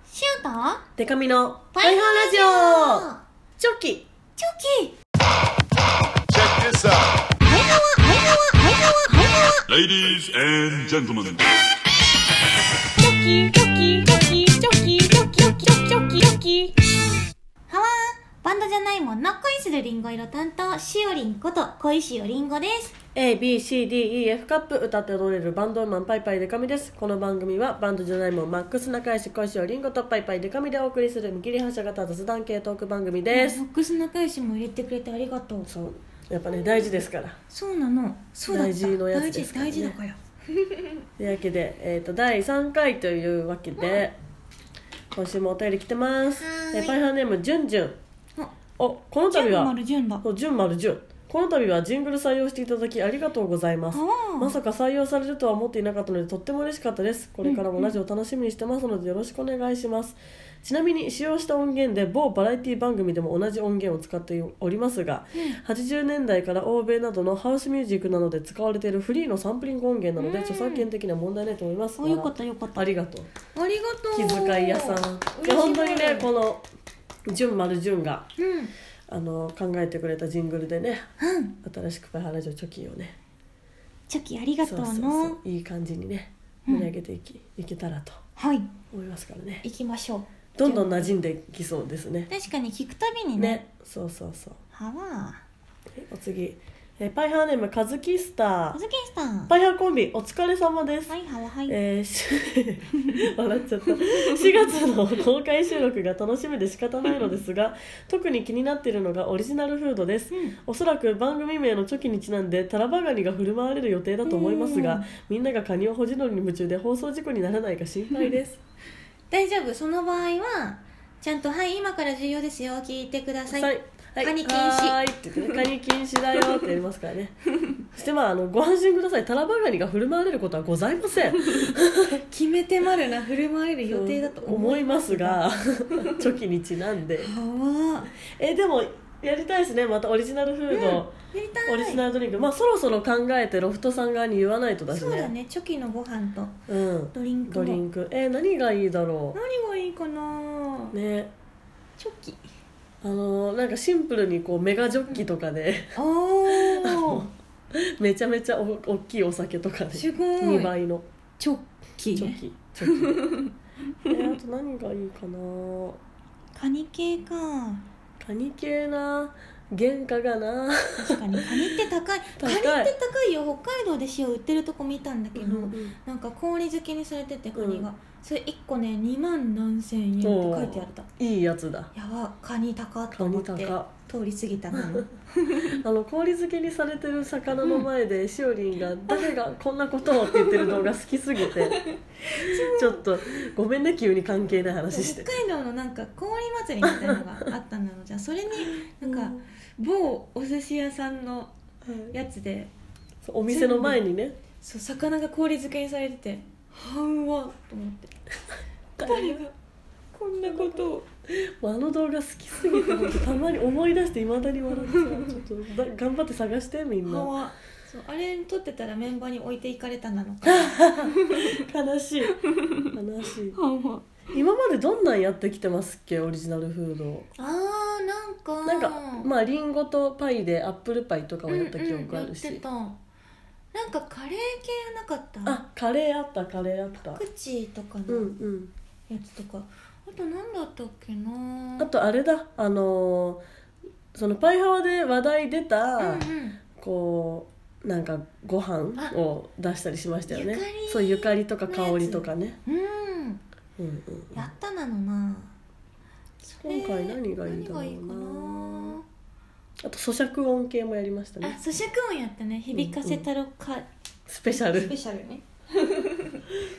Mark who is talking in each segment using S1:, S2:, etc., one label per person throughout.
S1: と
S2: デカミのパイハーラジオチョキ
S1: チョキ
S3: Check this out.
S1: あいはあいはあいはあいは
S3: Ladies and gentlemen.
S1: チョキチョキチョキチョキチョキチョキチョキチョキチョキはわーバンドじゃないもんの恋するりんご色担当しおりんこと恋しおりんごです
S2: ABCDEF カップ歌って踊れるバンドマンパイパイデカミですこの番組はバンドじゃないもんマックス仲良し恋しおりんごとパイパイデカミでお送りする見切り発車型雑談系トーク番組です
S1: ボックス仲良しも入れてくれてありがとう
S2: そうやっぱね大事ですから
S1: そうなのそうだった
S2: 大事のやつですからね
S1: 大事大事だから
S2: というわけで、えー、と第3回というわけで、今週もお便り来てます
S1: はーい
S2: えーパイハーネームじゅんじゅん
S1: あ
S2: おこの度
S1: 純
S2: は
S1: 丸純だ
S2: そうじゅんまるじゅんこの度はジングル採用していただきありがとうございます
S1: あー
S2: まさか採用されるとは思っていなかったのでとっても嬉しかったですこれからもラジオ楽しみにしてますのでよろしくお願いします、ちなみに使用した音源で某バラエティ番組でも同じ音源を使っておりますが、80年代から欧米などのハウスミュージックなどで使われているフリーのサンプリング音源なので、著作権的には問題ないと思います
S1: あよかったよかった
S2: ありがとう
S1: ありがとう
S2: 気遣い屋さんいや本当にねこの純丸純が
S1: うん
S2: あの考えてくれたジングルでね
S1: うん
S2: 新しく「パイハラジオチョキ」をね
S1: チョキありがとう
S2: そ
S1: の
S2: うそうそういい感じにね盛り上げていき、いけたらと
S1: はい
S2: 思いますからね
S1: 行きましょう
S2: どんどん馴染んできそうですね
S1: 確かに聞くたびにね
S2: ねそうそうそう
S1: はわ
S2: はいお次えーパイハーネームカズキスタ
S1: あ
S2: ー
S1: ずけんさん
S2: パイハーコンビお疲れ様です、
S1: はいはいはい、
S2: えーし 笑っちゃった4月の公開収録が楽しみで仕方ないのですが特に気になっているのがオリジナルフードです、
S1: うん
S2: おそらく番組名のチョキにちなんでタラバガニが振る舞われる予定だと思います
S1: うん
S2: がみんながカニをほじるのに夢中で放送事故にならないか心配です
S1: 大丈夫その場合はちゃんと「はい今から重要ですよ聞いてください」
S2: はい
S1: カニ禁止
S2: はーいって言ってねカニ禁止だよってやりますからね そしてまああのご安心くださいタラバガニが振る舞われることはございません
S1: 決めてまるな振る舞える予定だと思
S2: 思
S1: い
S2: いますがチョキにちなんで
S1: はわ
S2: えでもやりたいですねまたオリジナルフード、
S1: やりたい
S2: オリジナルドリンクまあそろそろ考えてロフトさん側に言わないとだしね
S1: そうだねチョキのご飯と
S2: うん
S1: ドリンク
S2: ド
S1: も
S2: リンクえ何がいいだろ
S1: 何がいいかな、
S2: うね
S1: チョキ
S2: あのーなんかシンプルにこうメガジョッキとかで、
S1: おー
S2: めちゃめちゃお大きいお酒とかです
S1: ごい
S2: 2倍の
S1: チョキ
S2: チョキチョキえあと何がいいかな
S1: カニ系か
S2: カニ系な原価がな
S1: 確かにカニって高い
S2: 高い
S1: カニって高いよ北海道で塩売ってるとこ見たんだけど、なんか氷漬けにされててカニが、
S2: うん
S1: それ1個ね2万何千円って書いてあった
S2: いいやつだ
S1: やばカニ高っと
S2: カ
S1: 思っ
S2: ニ
S1: て
S2: 高
S1: 通り過ぎたな
S2: あの氷漬けにされてる魚の前で、しおりんが「誰がこんなことを」って言ってる動画好きすぎ てちょっとごめんね急に関係ない話し
S1: 北
S2: て
S1: 海道のなんか氷祭りみたいなのがあったんだのじゃあそれになんか某お寿司屋さんの
S2: うん
S1: やつで
S2: そうお店の前にね
S1: そう魚が氷漬けにされててはんわと思って誰がこんなことを
S2: もうあの動画好きすぎて本当たまに思い出していまだに笑ってさちょっとだ頑張って探してみん
S1: は
S2: な
S1: わそうあれ撮ってたらメンバーに置いていかれたなのか
S2: 悲しい悲しい
S1: はんわ
S2: 今までどんなんやってきてますっけオリジナルフード
S1: あーなんか
S2: なんかまありんごとパイでアップルパイとかをやった記憶あるし、
S1: うんうんやってたなんかカレー系なかった
S2: あカレーあったカレーあった
S1: パクチーとか
S2: うんう
S1: の
S2: ん
S1: やつとか、あと何だったっけな
S2: あとあれだあのーそのパイハワで話題出た、
S1: うんうん
S2: こうなんかご飯を出したりしましたよね
S1: ゆかり
S2: そうゆかりとか香りとかね、
S1: うん
S2: うんうんうん、
S1: やったなのなそれ
S2: 今回何がいいんだろうな
S1: 何が
S2: あと咀嚼音系もやりました
S1: いいかな
S2: ね
S1: あ咀嚼音やったね響かせたろか、
S2: スペシャル
S1: スペシャルね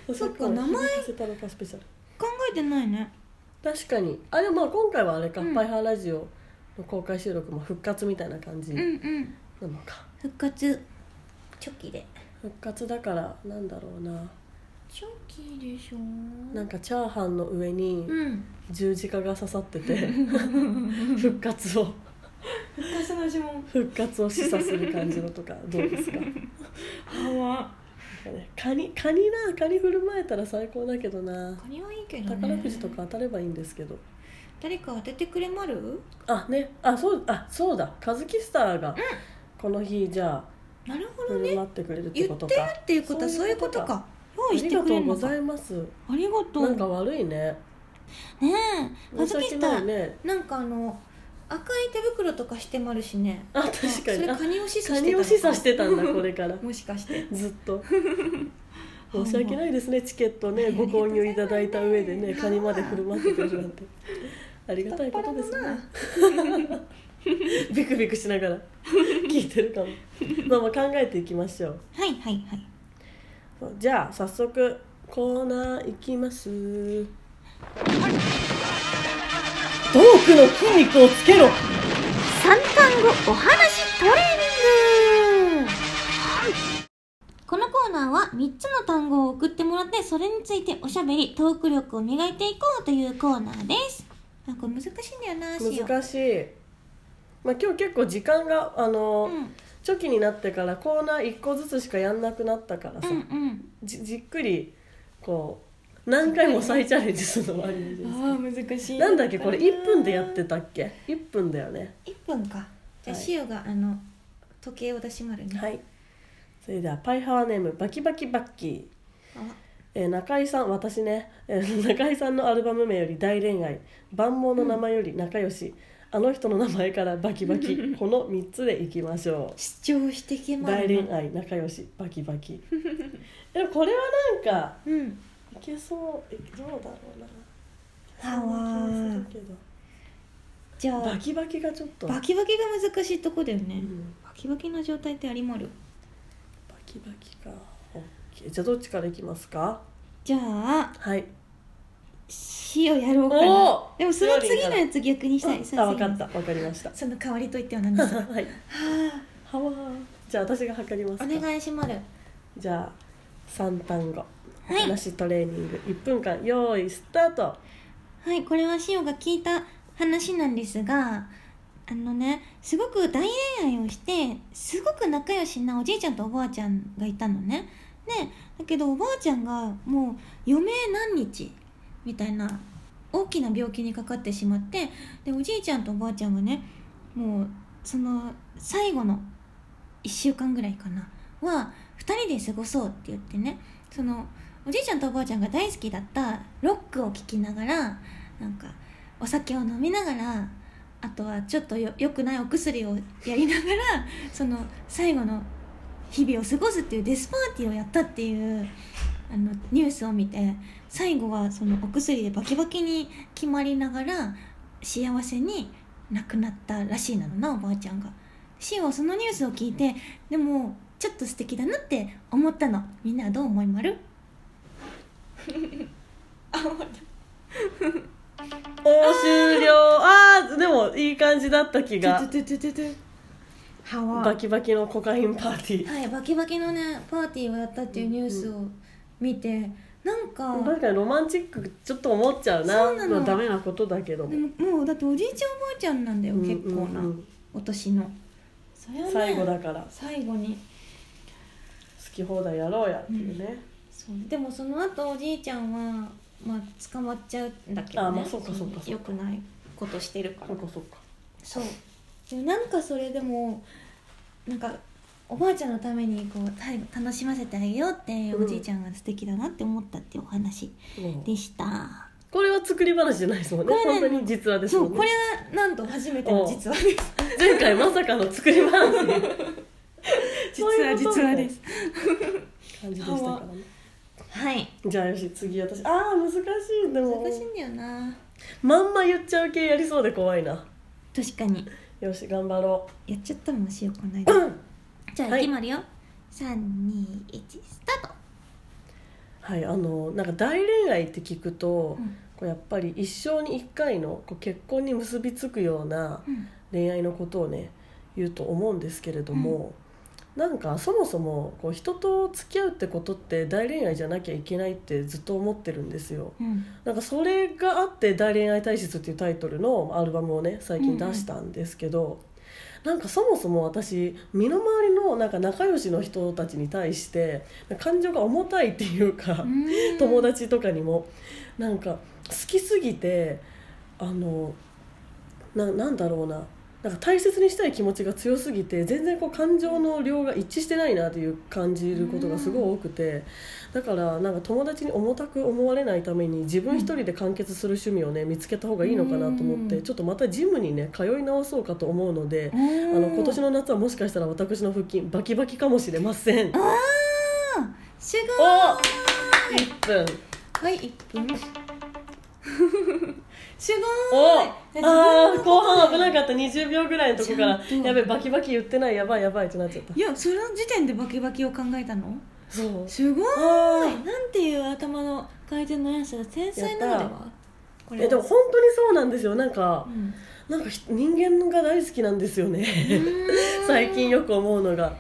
S2: 咀
S1: そっ
S2: 嚼
S1: か
S2: 音
S1: 名前
S2: 響かせたのかスペシャル
S1: 考えてないね
S2: 確かにあでもまあ今回はあれか「
S1: うん
S2: パイハーラジオ」の公開収録も復活みたいな感じ
S1: うん
S2: な
S1: うん
S2: のか、
S1: 復活チョキで
S2: 復活だからなんだろうな
S1: チョキでしょ
S2: なんかチャーハンの上に
S1: うん
S2: 十字架が刺 さってて復活を
S1: 復活の呪文
S2: 復活を示唆する感じのとかどうですか
S1: はわ
S2: かねカニカニなカニ振る舞えたら最高だけどな
S1: カニはいいけどね
S2: 宝くじとか当たればいいんですけど
S1: 誰か当ててくれまる
S2: あねあそうあそうだカズキスターがこの日じゃあ
S1: なるほどね
S2: 振る
S1: 言っ
S2: 舞ってくれるってて
S1: る
S2: ことか
S1: っていうことは
S2: そ
S1: そうう
S2: い
S1: いうう
S2: こ
S1: こととか
S2: かあ
S1: 用意し
S2: り
S1: て
S2: が
S1: く
S2: と
S1: れ
S2: う
S1: る
S2: ご
S1: のか
S2: ざいます
S1: ありがとう
S2: なんか悪いね
S1: ねえカ
S2: 申し
S1: ズキ
S2: 訳
S1: スタ
S2: ない
S1: ー
S2: ね
S1: なんかあの赤い手袋とかしてまるしね
S2: あ確か
S1: それ
S2: にあ
S1: カニを示唆してた
S2: カ
S1: の
S2: ニを示唆してたんだこれから
S1: もしかして
S2: ずっと申し訳ないですねチケットねご購入いただいた上で ねカニまで振る舞ってくれるなんてありがたいことですね ビクビクしながら聞いてるかもまあまあ考えていきましょう
S1: はいはいはい
S2: じゃあ早速コーナーいきますトークの筋肉をつけろ
S1: 三単語お話トレーニングこのコーナーは3つの単語を送ってもらってそれについておしゃべりトーク力を磨いていこうというコーナーですあこれ難しいんだよなしよ
S2: 難しい、まあ、今日結構時間があの、
S1: うん
S2: チョキになってからコーナー1個ずつしかやんなくなったからさ、
S1: うん
S2: じじっくりこう何回も再チャレンジするのもあり
S1: う
S2: で
S1: んああ難し
S2: すなんだっけこれ1分でやってたっけ1分だよね
S1: 1分かじゃあ
S2: はい
S1: しおがあの時計を出しまるね
S2: はいそれではパイハワーネームバキバキバッキー
S1: あ
S2: えー中井さん私ね、えー中井さんのアルバム名より大恋愛万能の名前より仲良し、あの人の名前からバキバキこの3つでいきましょ
S1: 主張してけ
S2: う
S1: ま
S2: 大
S1: る
S2: 恋愛仲良しバキバキでもこれはなんか
S1: うん
S2: いけそういどうだろうな
S1: あわ
S2: そんな
S1: ー
S2: 気がするけ
S1: じゃ
S2: どバ
S1: あ
S2: キバキがちょっと
S1: バキバキが難しいとこだよね、
S2: うん
S1: バキバキの状態ってありまる
S2: バキバキかオッケーじゃあどっちからいきますか
S1: じゃあ
S2: はい
S1: しおやろうかな
S2: おー
S1: でもその次のやつ逆にしたい
S2: あ分かった分かりました
S1: その代わりと言ってはなんですが は
S2: はい はわーじゃあ私が測ります
S1: あ
S2: か
S1: お願いしまる
S2: じゃあ三単語お
S1: はい
S2: 話トレーニング1分間用意スタート
S1: はいこれはしおが聞いた話なんですがあのねすごく大恋愛をしてすごく仲良しなおじいちゃんとおばあちゃんがいたのねでだけどおばあちゃんがもう余命何日みたいな大きな病気にかかってしまってでおじいちゃんとおばあちゃんがねもうその最後の1週間ぐらいかなは2人で過ごそうって言ってねそのおじいちゃんとおばあちゃんが大好きだったロックを聴きながらなんかお酒を飲みながらあとはちょっとよ良くないお薬をやりながら その最後の日々を過ごすっていうデスパーティーをやったっていうあのニュースを見て最後はそのお薬でバキバキに決まりながら幸せに亡くなったらしいなのなおばあちゃんが。シンはそのニュースを聞いてでもちょっと素敵だなって思ったのみんなはどう思いまる
S2: お終了あーでもいい感じだった気が
S1: ハワ
S2: バキバキのコカインパーティ
S1: はいバキバキのねパーティーをやったっていうニュースを見てなんか
S2: ーなんかロマンチックちょっと思っちゃうな
S1: そうなの
S2: まあダメなことだけども
S1: でももうだっておじいちゃんおばあちゃんなんだよ
S2: うん
S1: 結構
S2: うんう
S1: なんお年のそれはね
S2: 最後だから好
S1: 最後に
S2: き放題やろうやっていうね、
S1: そうでもその後おじいちゃんはまあ捕まっちゃうんだけどね
S2: あまあそうかそうかそうか
S1: よくないことしてるから
S2: そっかそっか
S1: そうでもなんかそれでもなんかおばあちゃんのためにこうた楽しませてあげようっていうおじいちゃんが素敵だなって思ったっていうお話
S2: うん
S1: でした、
S2: これは作り話じゃないですもんね
S1: これね
S2: 本当に実話です
S1: そ
S2: も
S1: うんこれ
S2: ね
S1: はなんと初めての実話 です
S2: 前回まさかの作り話
S1: 実
S2: そうい
S1: は
S2: うこと
S1: 実話です
S2: 感じでしたからね
S1: はい
S2: じゃあよし次私あー難しいでも
S1: 難しいんだよな
S2: まんま言っちゃう系やりそうで怖いな
S1: 確かに
S2: よし頑張ろ
S1: やっちゃったもんしようこないだ
S2: う
S1: じゃあ
S2: はい
S1: 決まるよ、321スタート
S2: はいあのなんか大恋愛って聞くと、
S1: うん
S2: こうやっぱり一生に一回のこう結婚に結びつくような
S1: うん
S2: 恋愛のことをね言うと思うんですけれども、なんかそもそもこう人と付き合うってことって大恋愛じゃなきゃいけないってずっと思ってるんですよ
S1: うん
S2: なんかそれがあって「大恋愛体質」っていうタイトルのアルバムをね最近出したんですけど、なんかそもそも私身の回りのなんか仲良しの人たちに対して感情が重たいっていうか、
S1: うん
S2: 友達とかにもなんか好きすぎてあのななんだろうななんか大切にしたい気持ちが強すぎて全然こう感情の量が一致してないなっていう感じることがすごい多くてだからなんか友達に重たく思われないために自分一人で完結する趣味をね見つけた方がいいのかなと思っ
S1: う
S2: て
S1: ん
S2: ちょっとまたジムにね通い直そうかと思うので
S1: あ
S2: あの今年の夏はもしかしたら私の腹筋バキバキかもしれません。
S1: ああすごい
S2: お1分
S1: はい1分 すご
S2: お
S1: いえ自
S2: あー
S1: 分のこと
S2: 後半危なかった20秒ぐらいのとこから
S1: ちゃんと
S2: やべバキバキ言ってないやばいやばいってなっちゃった
S1: いいやその時点でバキバキを考えたの
S2: そう
S1: すごい
S2: あー
S1: なんていう頭の回転のやつだ繊細なので
S2: やっ
S1: はこ
S2: えでも本当にそうなんですよなんか
S1: うん
S2: なんかひ人間が大好きなんですよね最近よく思うのが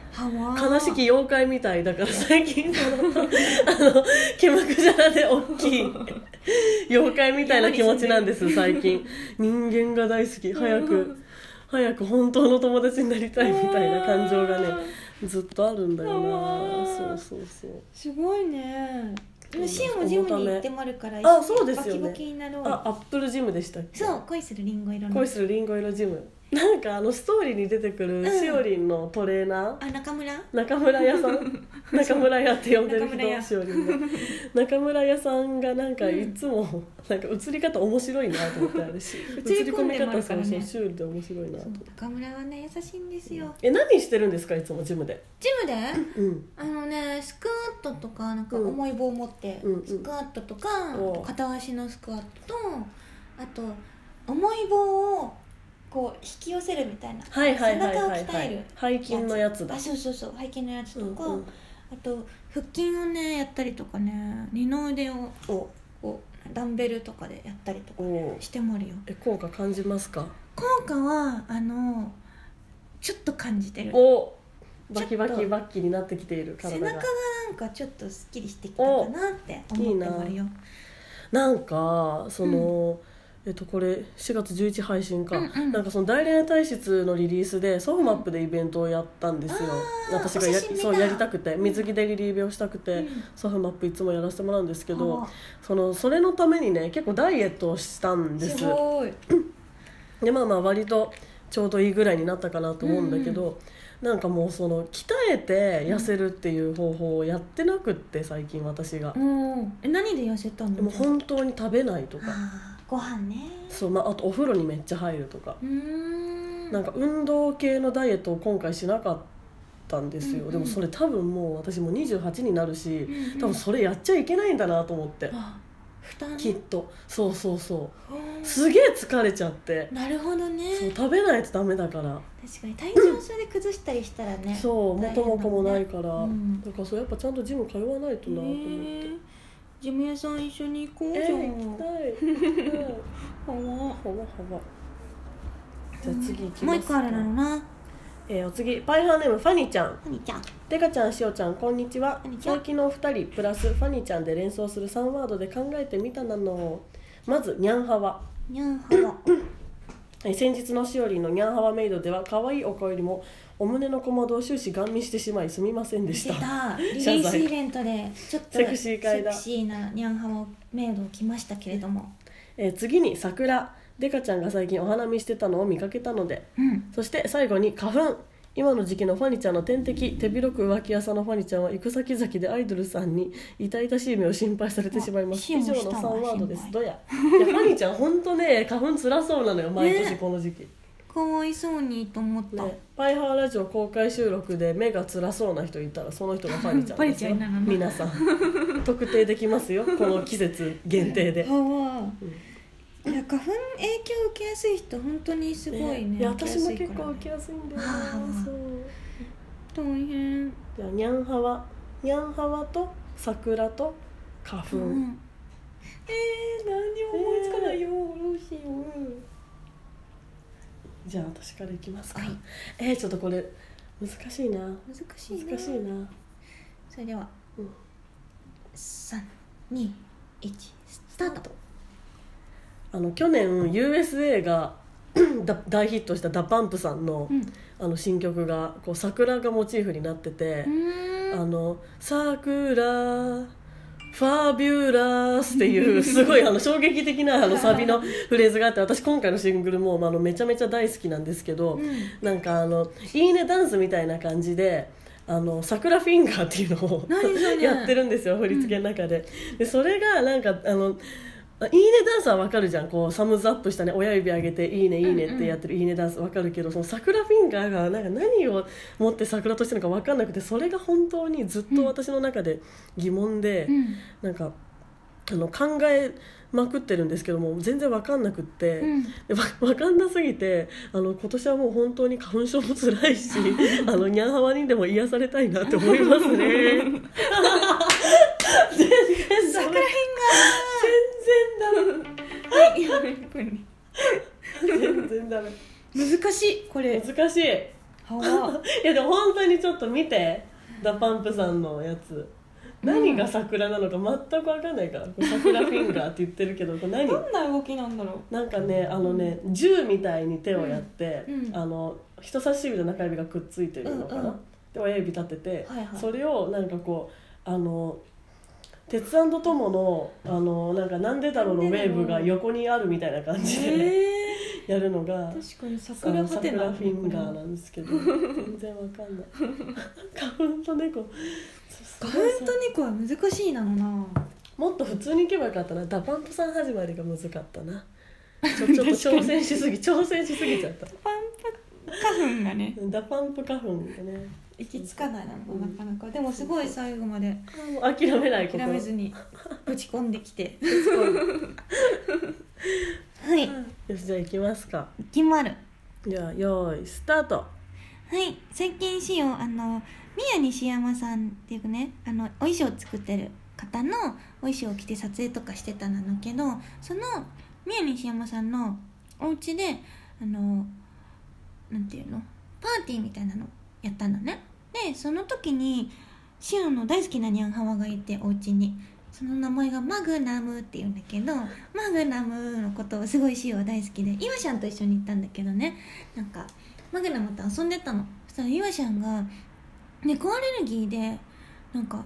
S2: 悲
S1: 悲
S2: しき妖怪みたいだから最近そのあの毛むくじゃらで大きい妖怪みたいな気持ちなんです最近人間が大好き早く早く本当の友達になりたいみたいな感情がねずっとあるんだよ
S1: う
S2: な
S1: わー
S2: そうそうそう
S1: すごいね
S2: そうなんです
S1: シオもジムに行ってもあるから
S2: あそうですよね
S1: バキバキになろ
S2: あ
S1: う
S2: アップルジムでしたっけ
S1: そう恋するリンゴ色の
S2: 恋するリンゴ色ジムなんかあのストーリーに出てくる
S1: うん
S2: しおりんのトレーナー、
S1: あ中村
S2: 中村屋 さん中村屋って呼んでる
S1: 中村屋
S2: 人しおりんね中村屋さんがなんかいつもなんか映り方面白いなと思ってあるし
S1: 映り込んでもあるからね
S2: 映り込みそうそうシュールで面白いなと
S1: そう中村はね優しいんですよ
S2: え何してるんですかいつもジムで
S1: ジムで
S2: うん
S1: あのねスクワットとかなんか重い棒を持って、
S2: うんうん
S1: スクワットとか、
S2: おう
S1: 片足のスクワットとあと重い棒をこう引き寄せるみたいな
S2: はいはいはいは
S1: 背
S2: い
S1: 中を鍛える
S2: はい背筋のやつだ
S1: あそうそうそう背筋のやつとか、
S2: うんうん
S1: あと腹筋をねやったりとかね二の腕を
S2: お
S1: こうダンベルとかでやったりとか
S2: お
S1: してもらうよ
S2: え効果感じますか
S1: 効果はあのちょっと感じてる
S2: おバキバ
S1: ちょっ
S2: キ
S1: と
S2: バッキになってきている
S1: 背
S2: 体
S1: 中が
S2: が
S1: なんかちょっとすっきりしてきたかなって思ってもらうよ
S2: なんかその、えっとこれ4月11日配信か、
S1: うんうん
S2: なんかその大恋愛体質のリリースでソフマップでイベントをやったんですよ、
S1: あー
S2: 私がや
S1: お写真見た
S2: そうやりたくて水着でリリーベをしたくて、
S1: うん
S2: ソフマップいつもやらせてもらうんですけ
S1: あ
S2: ど
S1: ー
S2: そのそれのためにね結構ダイエットをしたんです
S1: すごい
S2: でまあまあ割とちょうどいいぐらいになったかなと思うんだけど、なんかもうその鍛えて痩せるっていう方法をやってなくって最近私が、
S1: うんえ何で痩せたの
S2: でも本当に食べないとか
S1: あーご飯ね
S2: そう、まあ、あとお風呂にめっちゃ入るとか
S1: うーん
S2: なんか運動系のダイエットを今回しなかったんですよ、
S1: うんうん
S2: でもそれ多分もう私もう28になるし、
S1: んうん
S2: 多分それやっちゃいけないんだなと思って、
S1: あ負担
S2: きっとそうそうそ
S1: ほ
S2: う
S1: う
S2: すげえ疲れちゃって、
S1: なるほどね
S2: そう食べないとダメだから、
S1: 確かに体調症で崩したりしたらね
S2: そう元も子もないから、
S1: うん
S2: だからそうやっぱちゃんとジム通わないとなと思って。
S1: ジム屋さん一緒に行こう
S2: え
S1: じゃ
S2: ー、行き
S1: ん
S2: たい行きたい
S1: かわ
S2: ほぼほぼじゃあ次行きます
S1: もう一個あるだろうな
S2: えーお次パイハーネームファニーちゃん
S1: ハニちゃん
S2: デカちゃん、しおちゃん、こんにちは
S1: こんに。ちは
S2: 最近のお二人、プラスファニーちゃんで連想する3ワードで考えてみたなの。まず、ニャンハワ。
S1: にゃんはわ
S2: えー先日のしおりんのニャンハワメイドでは、可愛いお顔よりも、お胸の小窓を終始ガン見してしまい、すみませんでし
S1: 出
S2: た。
S1: たリリ
S2: 謝罪
S1: ースイベントでちょっと
S2: セクシー会だ
S1: セクシーなニャンハワメイドを着ましたけれども
S2: えー次に、桜。デカちゃんが最近お花見してたのを見かけたので。
S1: うん
S2: そして、最後に、花粉。今の時期のファニーちゃんの天敵手広く浮気屋さんのファニーちゃんは行く先々でアイドルさんに痛々しい目を心配されてしまいます
S1: あ
S2: 以上
S1: し
S2: の
S1: た
S2: 3
S1: わ
S2: ワードです
S1: 心配
S2: どやいやファニーちゃんほんとね花粉つらそうなのよ毎年この時期、
S1: かわいそうにと思った、
S2: ね、パイハーラジオ公開収録で目がつらそうな人いたらその人がファニーちゃんですよ
S1: ファニーちゃんなのね
S2: 皆さん特定できますよこの季節限定で
S1: ハワいや花粉影響受けやすい人本当にすごいね
S2: いや私も
S1: 受けやすい
S2: 結
S1: か
S2: 構
S1: ら
S2: 受けやすいんだよ
S1: は あはあ
S2: そう
S1: 大変
S2: じゃあニャンハワニャンハワと桜と花粉、
S1: うんえー、何にも思いつかないよ、どうしよ
S2: じゃあ私からいきますか、
S1: はい
S2: えー、ちょっとこれ難しいな
S1: う難しいね
S2: 難しいな
S1: それでは、
S2: うん
S1: 三二321スタート
S2: あの去年 USA が だ大ヒットしたダパンプさんの,、
S1: うん
S2: あの新曲がこう桜がモチーフになってて
S1: う、ー
S2: あ
S1: ん
S2: の「桜ファビュラス」っていうすごいあの衝撃的なあのサビ のフレーズがあって私今回のシングルもあのめちゃめちゃ大好きなんですけど、
S1: うん
S2: なんかあのいいねダンスみたいな感じで。あの桜フィンガーっていうのを
S1: 何それ
S2: やってるんですよ振り付けの中で,、でそれがなんかあのあいいねダンスはわかるじゃんこうサムズアップしたね親指上げて「いいねいいね」ってやってる「いいねダンス」わかるけどその桜フィンガーがなんか何を持って桜としてるのかわかんなくてそれが本当にずっと私の中で疑問で、
S1: うん
S2: なんかあの考えまくってるんですけども全然わかんなくって。
S1: うん
S2: でわわかんなすぎてあの今年はもう本当に花粉症も辛 いしあのニャンハワにでも癒されたいなって思います ね全然
S1: 桜
S2: 桜全然
S1: はい1分に
S2: ダメ全然ダメ
S1: 難しいこれ
S2: 難しい い
S1: 歯は
S2: やでも本当にちょっと見てダパンプさんのやつ何が桜なのか全くわかんないからこれ桜フィンガーって言ってるけどこれ何
S4: どんな動きなんだろう
S2: なんかねあのね銃みたいに手をやって、
S1: うんうん
S2: あの人差し指と中指がくっついてるのかな、
S4: うんうん
S2: で親指立てて、
S4: はいはい
S2: それをなんかこうあの「鉄腕と友の」あのなんか「なんでだろう」のウェーブが横にあるみたいな感じで、
S4: え
S2: やるのが
S4: ー、確かに
S2: あ
S4: 桜
S2: の
S4: ハテ
S2: 桜
S4: ナ
S2: フィンガーなんですけど全然わかんない花粉と猫
S1: 花粉と猫は難しいなのな
S2: もっと普通に行けばよかったなダパンプさん始まりがむずかったなちょちょっと挑戦 しすぎ挑戦しすぎちゃった
S4: パンパ花粉がね
S2: ダパンプ花粉がね
S4: 行き着かないなのなかなかでもすごい最後まで
S2: もう諦めないこ
S4: 諦
S2: と
S4: めずにぶち込んできて
S1: はい
S2: よしじゃあ行きますか
S1: 決まる
S2: じゃあ用意スタート
S1: はい最近しようあの宮西山さんっていうねあのお衣装作ってる方のお衣装を着て撮影とかしてたなのけどその宮西山さんのお家であのなんていうのパーティーみたいなのやったのねでその時にシオンの大好きなニャンハワがいてお家にその名前がマグナムっていうんだけどマグナムのことをすごいシオンは大好きでイワシャンと一緒に行ったんだけどねなんかマグナムと遊んでたのそしたらイワシャンが猫アレルギーでなんか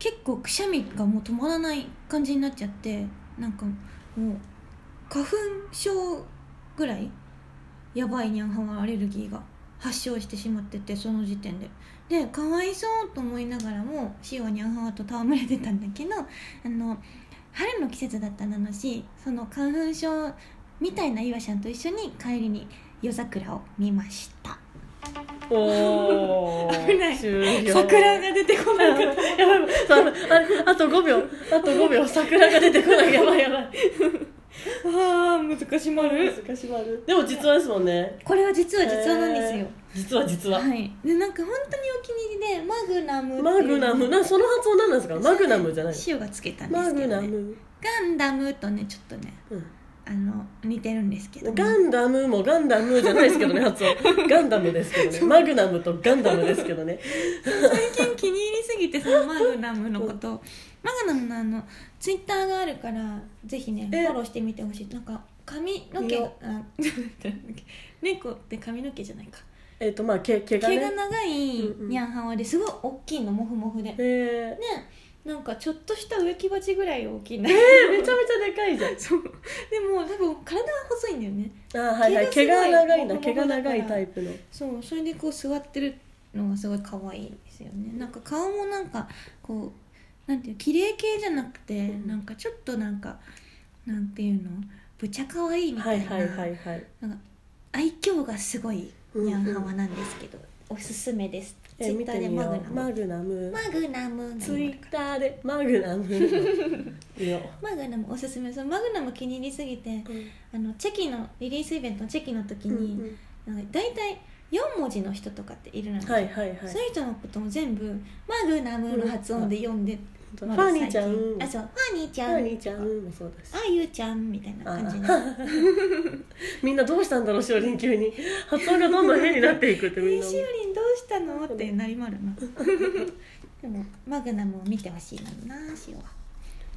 S1: 結構くしゃみがもう止まらない感じになっちゃってなんかもう花粉症ぐらいやばいニャンハワアレルギーが発症してしまっててその時点ででかわいそうと思いながらもシオはニャンハワと戯れてたんだけどあの春の季節だったなのしその花粉症みたいなイワシャンと一緒に帰りに夜桜を見ました
S2: おお
S1: 危ない
S2: 終了
S4: 桜が出てこな
S2: や
S4: い
S2: ばいやばいやばいあああと5秒あと5秒桜が出てこないやばいやばい
S4: あー難しまる
S2: 難しまるでも実話ですもんね
S1: これは実は実はなんですよ
S2: へー実は実は、
S1: はいでなんか本当にお気に入りでマグナムっていう
S2: マグナムなその発音何なんですかマグナムじゃない
S1: 塩がつけたんで
S2: マ
S1: す
S2: グ
S1: けど、
S2: ナ
S1: ね、
S2: ム、
S1: ガンダムとねちょっとね
S2: うん
S1: あの似てるんですけど、
S2: ガンダムもガンダムじゃないですけどね発音ガンダムですけどねマグナムとガンダムですけどね
S1: 最近気に入りすぎてそのマグナムのことをマグナムのあのツイッターがあるからぜひねフ
S2: え
S1: ォローしてみてほしいなんか髪の毛
S2: いい
S1: が
S2: よ
S1: あ猫って髪の毛じゃないか
S2: えっ、とまあ毛毛が
S1: 毛
S2: ね
S1: が長い
S2: うんうん
S1: ニャンハワですごい大きいのモフモフでね
S2: え
S1: なんかちょっとした植木鉢ぐらい大きいな
S2: ー、めちゃめちゃでかいじゃん
S1: そうでも多分体は細いんだよね
S2: あーはいはい毛
S1: 毛が
S2: が
S1: すごい
S2: 長い
S1: も
S2: な
S1: こもこ
S2: 毛が長いタイプの
S1: そうそれでこう座ってるのがすごい可愛いですよねなんか顔もなんかこうなんていう綺麗系じゃなくて、
S2: うん
S1: なんかちょっとなんかなんていうのぶちゃ可愛いみ
S2: は
S1: たい
S2: い
S1: な,、
S2: はいはいはい
S1: なんか愛嬌がすごい
S2: うんうん
S1: ニャンハワなんですけど、おすすめです
S2: え
S1: ツイ
S2: ー見
S1: ッター
S2: て
S1: で
S2: み
S1: マ
S2: よ
S1: グ
S2: う
S1: ナ
S2: マ
S1: ム
S2: グナム
S1: マグナム
S2: ツイッターでマグナム見よ
S1: マグナムおすすめそのマグナム気に入りすぎて
S2: う、うん
S1: あのチェキのリリースイベントのチェキの時に、
S2: うん
S1: なんか大体4文字の人とかっているのよ、
S2: はいはいはい
S1: そういう人のことも全部マグナムの発音で読んで、
S2: フ
S1: ま
S2: ァ
S1: だ
S2: ニーちゃん
S1: 最
S2: フ
S1: 近あそうファニーちゃん
S2: ァニーちゃんもそうだし
S1: あゆちゃんみたいな感じで
S2: あみんなどうしたんだろうしおりん急に発音がどんどん変になっていくってみん
S1: え
S2: な
S1: しおりんどうしたのってなりまる なでもマグナムを見てほしいななしおは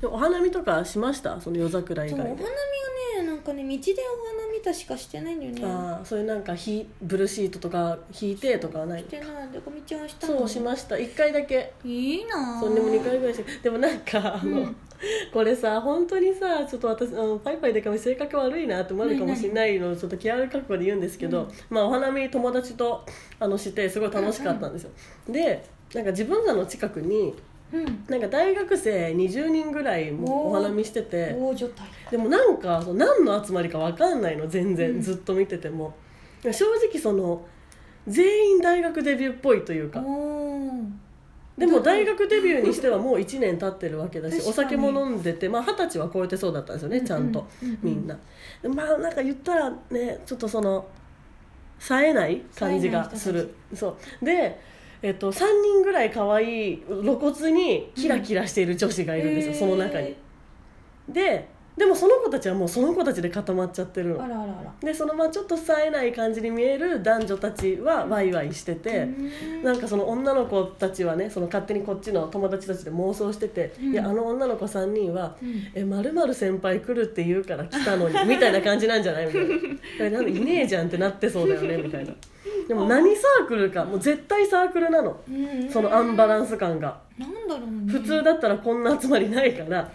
S2: でもお花見とかしましたその夜桜以
S1: そうお
S2: 外
S1: 花見
S2: で
S1: はねなんかね道でお花見
S4: たしかしてないんだよね
S2: ああそういうなんかひブルーシートとか引いてとかはない
S4: してないでこみちゃんしたの
S2: そうしました1回だけ
S1: いいなあ
S2: そんでも2回ぐらいしてでもなんかあの、これさ本当にさちょっと私あのパイパイでかみ性格悪いなって思われるかもしれないのをちょっと気合い覚悟で言うんですけど、まあお花見友達とあのしてすごい楽しかったんですよ、でなんか自分らの近くに
S1: うん
S2: なんか大学生20人ぐらいもお花見してて
S4: 大所帯
S2: でもなんかその何の集まりか分かんないの全然、ずっと見てても正直その全員大学デビューっぽいというか
S4: おー
S2: でも大学デビューにしてはもう1年経ってるわけだし
S4: 確かに
S2: お酒も飲んでてまあ二十、歳は超えてそうだったんですよねちゃんと、みんなでまあなんか言ったらねちょっとその冴えない感じがす
S4: 冴えない
S2: るそうで、えっと、3人ぐらい可愛い露骨にキラキラしている女子がいるんですよ、その中に
S4: へ
S2: ででもその子たちはもうその子たちで固まっちゃってる
S4: ーあ
S2: の
S4: らあらあら
S2: でそのまあちょっと冴えない感じに見える男女たちはワイワイしてて、なんかその女の子たちはねその勝手にこっちの友達たちで妄想してて、いやあの女の子3人は「えまるまる先輩来るって言うから来たのに」 みたいな感じなんじゃないみたいな「えなんかいねえじゃん」ってなってそうだよねみたいなでも何サークルかもう絶対サークルなの
S4: うん
S2: そのアンバランス感が
S1: なんだろうね
S2: 普通だったらこんな集まりないから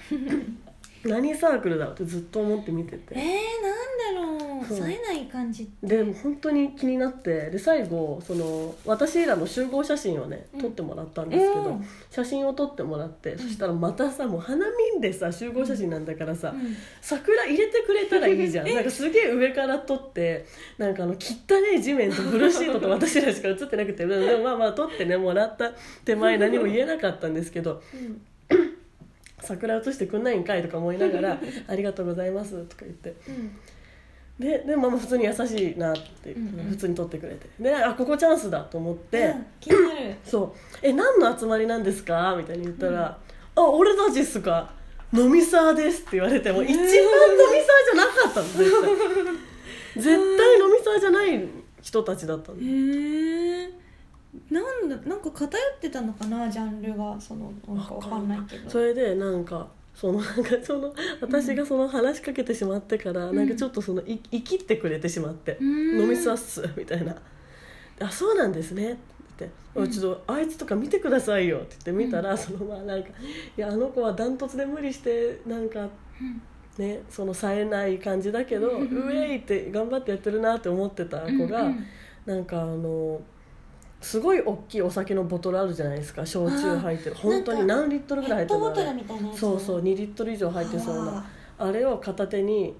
S2: 何サークルだろうってずっと思って見て
S1: え
S2: て
S1: ー、なんだろう
S2: そう
S1: 冴えない感じ
S2: でも本当に気になってで最後その私らの集合写真をね撮ってもらったんですけど、
S4: うん
S2: 写真を撮ってもらってそしたらまたさもう花見でさ集合写真なんだからさ、桜入れてくれたらいい じゃんなんかすげえ上から撮ってなんかあの汚い地面とブルーシートと私らしか写ってなくてでもまあまあ撮ってねもらった手前何も言えなかったんですけど。桜写してくんないんかいとか思いな がら「ありがとうございます」とか言って
S4: うん
S2: ででまあまあ普通に優しいなって、
S1: うんうん
S2: 普通に撮ってくれてであここチャンスだと思って、
S4: うん気になる
S2: そう「え何の集まりなんですか?」みたいに言ったら「あ俺たちっすか飲みサーです」って言われても一番飲みサーじゃなかったの絶対絶対飲みサーじゃない人たちだったの
S4: へえなんだなんか偏ってたのかなジャンルがそのなんかわかんないけど
S2: それでなんかそのなんかその私がその話しかけてしまってから、なんかちょっとそのい生きってくれてしまって「
S1: ん
S2: 飲みさっす」みたいな「あそうなんですね」って言って「ちょっとあいつとか見てくださいよ」って言って見たら、そのまあなんか「いやあの子はダントツで無理してなんか、ねその冴えない感じだけど、ウェイって頑張ってやってるなって思ってた子が、なんかあの。すごい大きいお酒のボトルあるじゃないですか焼酎入ってる
S1: あー
S2: 本当に
S1: なん
S2: 何リットル
S1: ペ
S2: ぐらい入
S1: ッ
S2: って
S1: ト
S2: るんだ
S1: ボトル
S2: ろ
S1: みたいなやつ
S2: そうそう2リットル以上入ってそうなあれを片手に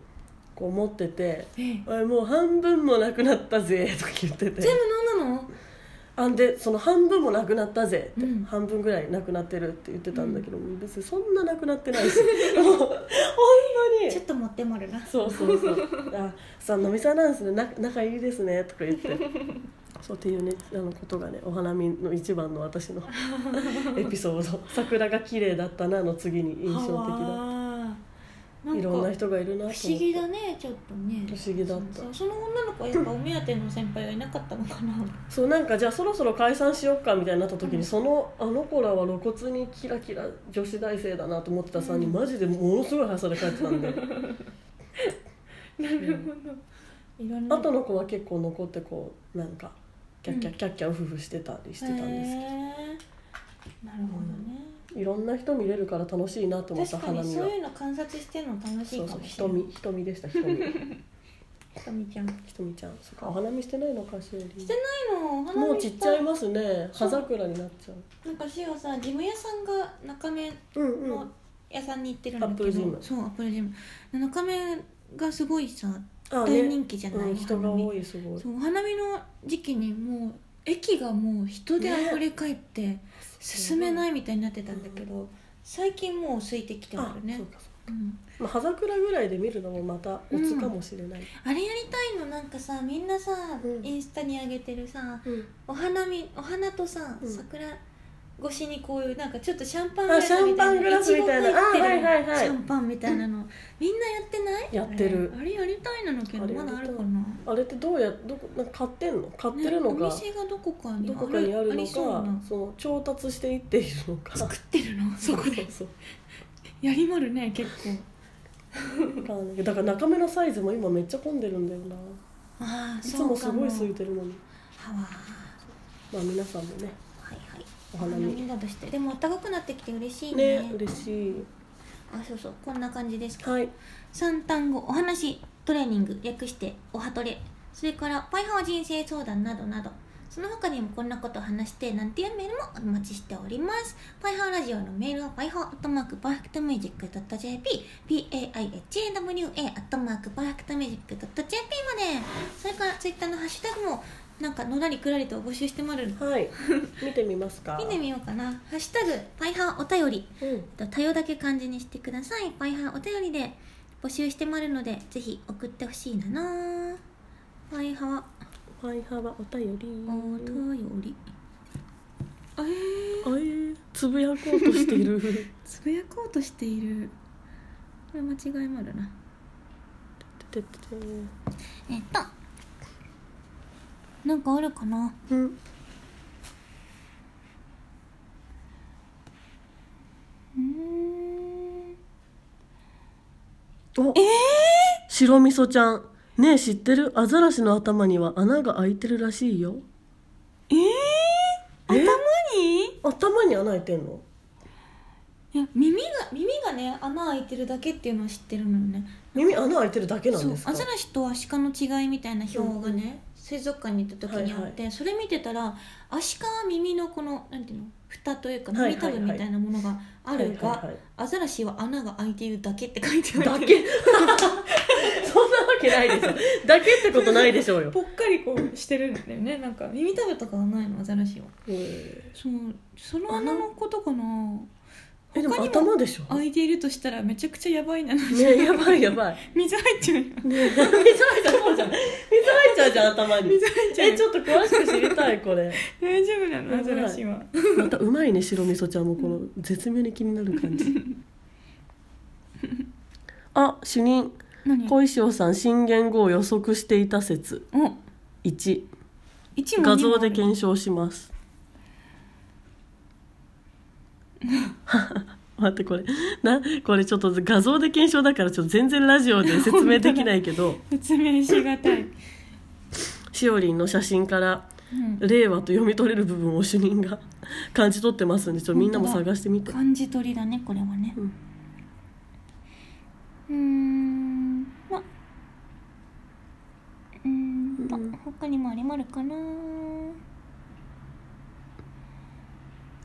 S2: こう持ってて
S1: ええ
S2: 「おいもう半分もなくなったぜ」 とか言ってて
S1: 全部飲んだの
S2: あんでその半分もなくなったぜって、
S1: うん
S2: 半分ぐらいなくなってるって言ってたんだけど、別にそんななくなってないしもう本当に
S1: ちょっと持ってもるな
S2: そうそうそう「あさ飲みさんなんですねな仲いいですね」とか言ってそうっていうねあのことがねお花見の一番の私のエピソード桜が綺麗だったなの次に印象的だ
S4: あーなん
S2: い
S4: か
S2: ろんな人がいるなと思って
S1: 不思議だねちょっとね
S2: 不思議だった
S4: そうその女の子はやっぱお目当ての先輩はいなかったのかな
S2: そうなんかじゃあそろそろ解散しよっかみたいになった時に、そのあの子らは露骨にキラキラ女子大生だなと思ってたさに、マジでものすごい速さで帰ってたん で
S4: なるほどいろんな
S2: 後の子は結構残ってこうなんかキャッキャッキャッキャウフフしてたりしてたんですけど、
S4: へーなるほどね、
S2: いろんな人見れるから楽しいなと思った
S4: 確か
S2: 花
S4: に
S2: 見
S4: そ
S2: は
S4: ういうの観察してるの楽しい
S2: そう
S4: か
S2: そう
S4: もしれない
S2: 瞳瞳でした瞳
S4: 瞳ちゃんし
S2: 瞳ちゃんそっかお花見してないのかしら
S4: てないのお花見
S2: もうちっちゃい
S4: い
S2: ますね葉桜になっちゃう
S4: なんかしおさ事務屋さんが中目
S2: うんうん
S4: の屋さんに行ってるんだけど、
S2: アップルジム
S1: そうアップルジム中目がすごいさ
S2: あ
S1: 大人気じゃない、
S2: うん、人が
S1: お花
S2: 多
S1: 見
S2: いすごい
S1: そうお花見の時期にもう駅がもう人であふれ返って、進めないみたいになってたんだけど、最近もう空いてきてあ
S2: あ
S1: るね
S2: そうかそ
S1: あ,、
S2: う
S1: うん、
S2: まあ、葉桜ぐらいで見るのもまたおつかもしれない、
S1: あれやりたいのなんかさみんなさ、
S2: うん
S1: インスタに上げてるさ
S2: うん
S1: お花見お花とさ、
S2: うん
S1: 桜越しにこういうなんかちょっとシャンパン
S2: あシャンパングラスみたいな
S1: イチゴ入ってる
S2: あはいはいはい
S1: シャンパンみたいなの、みんなやってない
S2: やってる
S1: あれあれやりたいなのけど
S2: あれ
S1: まだあるかな
S2: あれってどうやどこなんか買ってんの買ってるの
S1: ねお
S2: か、
S1: 店がどこかに
S2: どこかにある
S1: あ
S2: の
S1: り
S2: か
S1: そうな
S2: その調達していっているのか
S1: 作ってるのそこ
S2: そ
S1: で
S2: うそう
S1: やりまるね結構
S2: ラーメンだから中目のサイズも今めっちゃ混んでるんだよな
S1: ああ
S2: いつ
S1: そ
S2: も
S1: う
S2: す
S1: か
S2: ご
S1: も
S2: い空いてるのに
S1: はわ
S2: まあ皆さんもね
S1: ーはいはい
S2: お
S1: お
S2: 花
S1: 花
S2: 見
S1: 見などしてでも暖かくなってきて嬉しいね
S2: ね嬉しい
S1: あそうそうこんな感じですか
S2: はい
S1: 三単語お話トレーニング略しておはトレそれからパイハワ人生相談などなどその他にもこんなことを話してなんていうメールもお待ちしておりますパイハワラジオのメールはパイハワアットマークパーフェクトミュージック .jp p-a-i-h-a-w-a アットマークパーフェクトミュージック .jp までそれからツイッターのハッシュタグもなんかのらりくらりと募集してもらうの
S2: はい見てみますか
S1: 見てみようかなハッシュタグパイハワお便り
S2: うん
S1: えっと多様だけ漢字にしてくださいパイハーお便りで募集してもらうのでぜひ送ってほしいななパイハー
S2: パイハワお便り
S1: お便り
S2: あえーつぶやこうとしている
S4: つぶやこうとしている
S1: これ間違いもあるな
S2: てってて
S1: えっとなんかあるかな
S2: うん
S1: うーん
S2: おえ白味噌ちゃんねえ知ってるアザラシの頭には穴が開いてるらしいよ
S1: えー、頭
S2: え
S1: に
S2: 頭に穴開いてんの
S1: いや
S4: 耳が耳がね穴開いてるだけっていうのは知ってるのよね
S2: 耳穴開いてるだけなん
S1: そう
S2: ですか
S1: アザラシとアシカの違いみたいな表がね、水族館に行った時にあって、
S2: はい
S1: それ見てたらアシカは耳のこのなんていうの蓋というか
S2: はい
S1: 耳
S2: はい
S1: たぶみたいなものがあるが、
S2: はいはいはい
S1: アザラシは穴が開いているだけって書いてある
S2: だけそんなわけないでしょだけってことないでしょうよ
S4: ぽっかりこうしてるんだよねなんか耳たぶとかがないのアザラシは
S2: え
S4: そうその穴のことかな
S2: ーでも
S4: 他にも
S2: 頭でしょね
S4: 開いているとしたらめちゃくちゃやばいなの に
S2: えやばいやばい
S4: 水入っちゃうよ
S2: 水入っちゃうじゃん水入っちゃうじゃん頭に
S4: 水入っちゃう
S2: えちょっと詳しく知りたいこれ
S4: 大丈夫な
S2: やばい
S4: のアザラシは
S2: またうまいね白味噌ちゃんもこの絶妙に気になる 感じあ主任
S1: 何
S2: 小石尾さん新元号を予測していた説
S1: お
S2: 1
S1: 一も
S2: 画
S1: 二も
S2: 像
S1: ある
S2: で検証します 待ってこれなこれちょっと画像で検証だからちょっと全然ラジオで説明できないけ ど
S4: 説明しがたい、
S2: しおりんの写真から
S4: うん
S2: 令和と読み取れる部分を主任が 感じ取ってますんでちょっとみんなも
S1: 本当だ
S2: 探してみて
S1: 漢字取りだねこれはねう
S2: うん
S1: ーんまうーんま
S2: うん
S1: 他にもあれもあるかな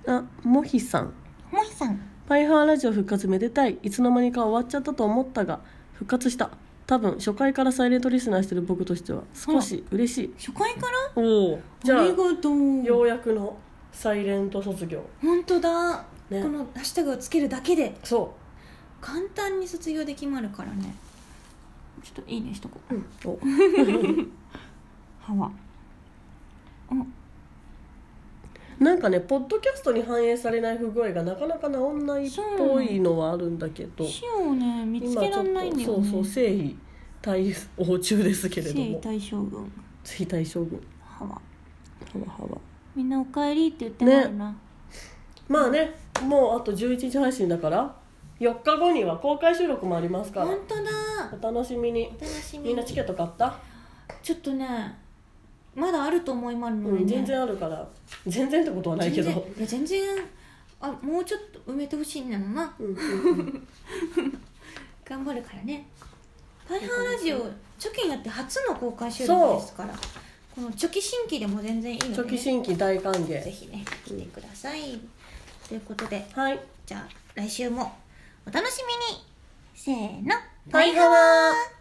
S2: あもひさん
S1: もひさん
S2: パイハーラジオ復活めでたいいつの間にか終わっちゃったと思ったが復活した多分初回からサイレントリスナーしてる僕としては少し嬉しい
S1: 初回から
S2: おおじゃ
S1: あ
S2: あ
S1: りがとう
S2: ようやくのサイレント卒業
S1: 本当だ
S2: ね
S1: このハッシュタグをつけるだけで
S2: そ
S1: 簡単に卒業で決まるからねちょっといいねしとこう
S2: う、うん、
S1: 歯
S2: お
S1: は
S2: なんかねポッドキャストに反映されない不具合がなかなか治んないっぽいのはあるんだけど
S1: 塩をね見つ
S2: 今
S1: け
S2: ちょ
S1: ら
S2: っ
S1: んないんだよ
S2: と
S1: ね
S2: そうそう正義対応中ですけれど
S1: 征夷
S2: も
S1: 大将軍
S2: 正義対将軍
S1: 歯は
S2: はわはわ
S1: みんなおかえりって言ってないな、
S2: まあねもうあと11日配信だから4日後には公開収録もありますから
S1: 本当だ
S2: お楽しみに
S1: お楽しみ
S2: みん
S1: に
S2: なチケット買った、
S1: ちょっとねまだあると思いまるので、ね
S2: うん、全然あるから全然ってことはないけど
S1: 全然いや全然あもうちょっと埋めてほしいんだろうな
S2: うんうんうん
S1: 頑張るからねパイハーラジオ初期になって初の公開収
S2: そう
S1: 録ですからこの初期新規でも全然いいので、ね、
S2: 初期新規大歓
S1: ぜ
S2: 迎
S1: ひね来てください、ということで
S2: はい
S1: じゃあ来週もお楽しみにせーの
S2: パイハワー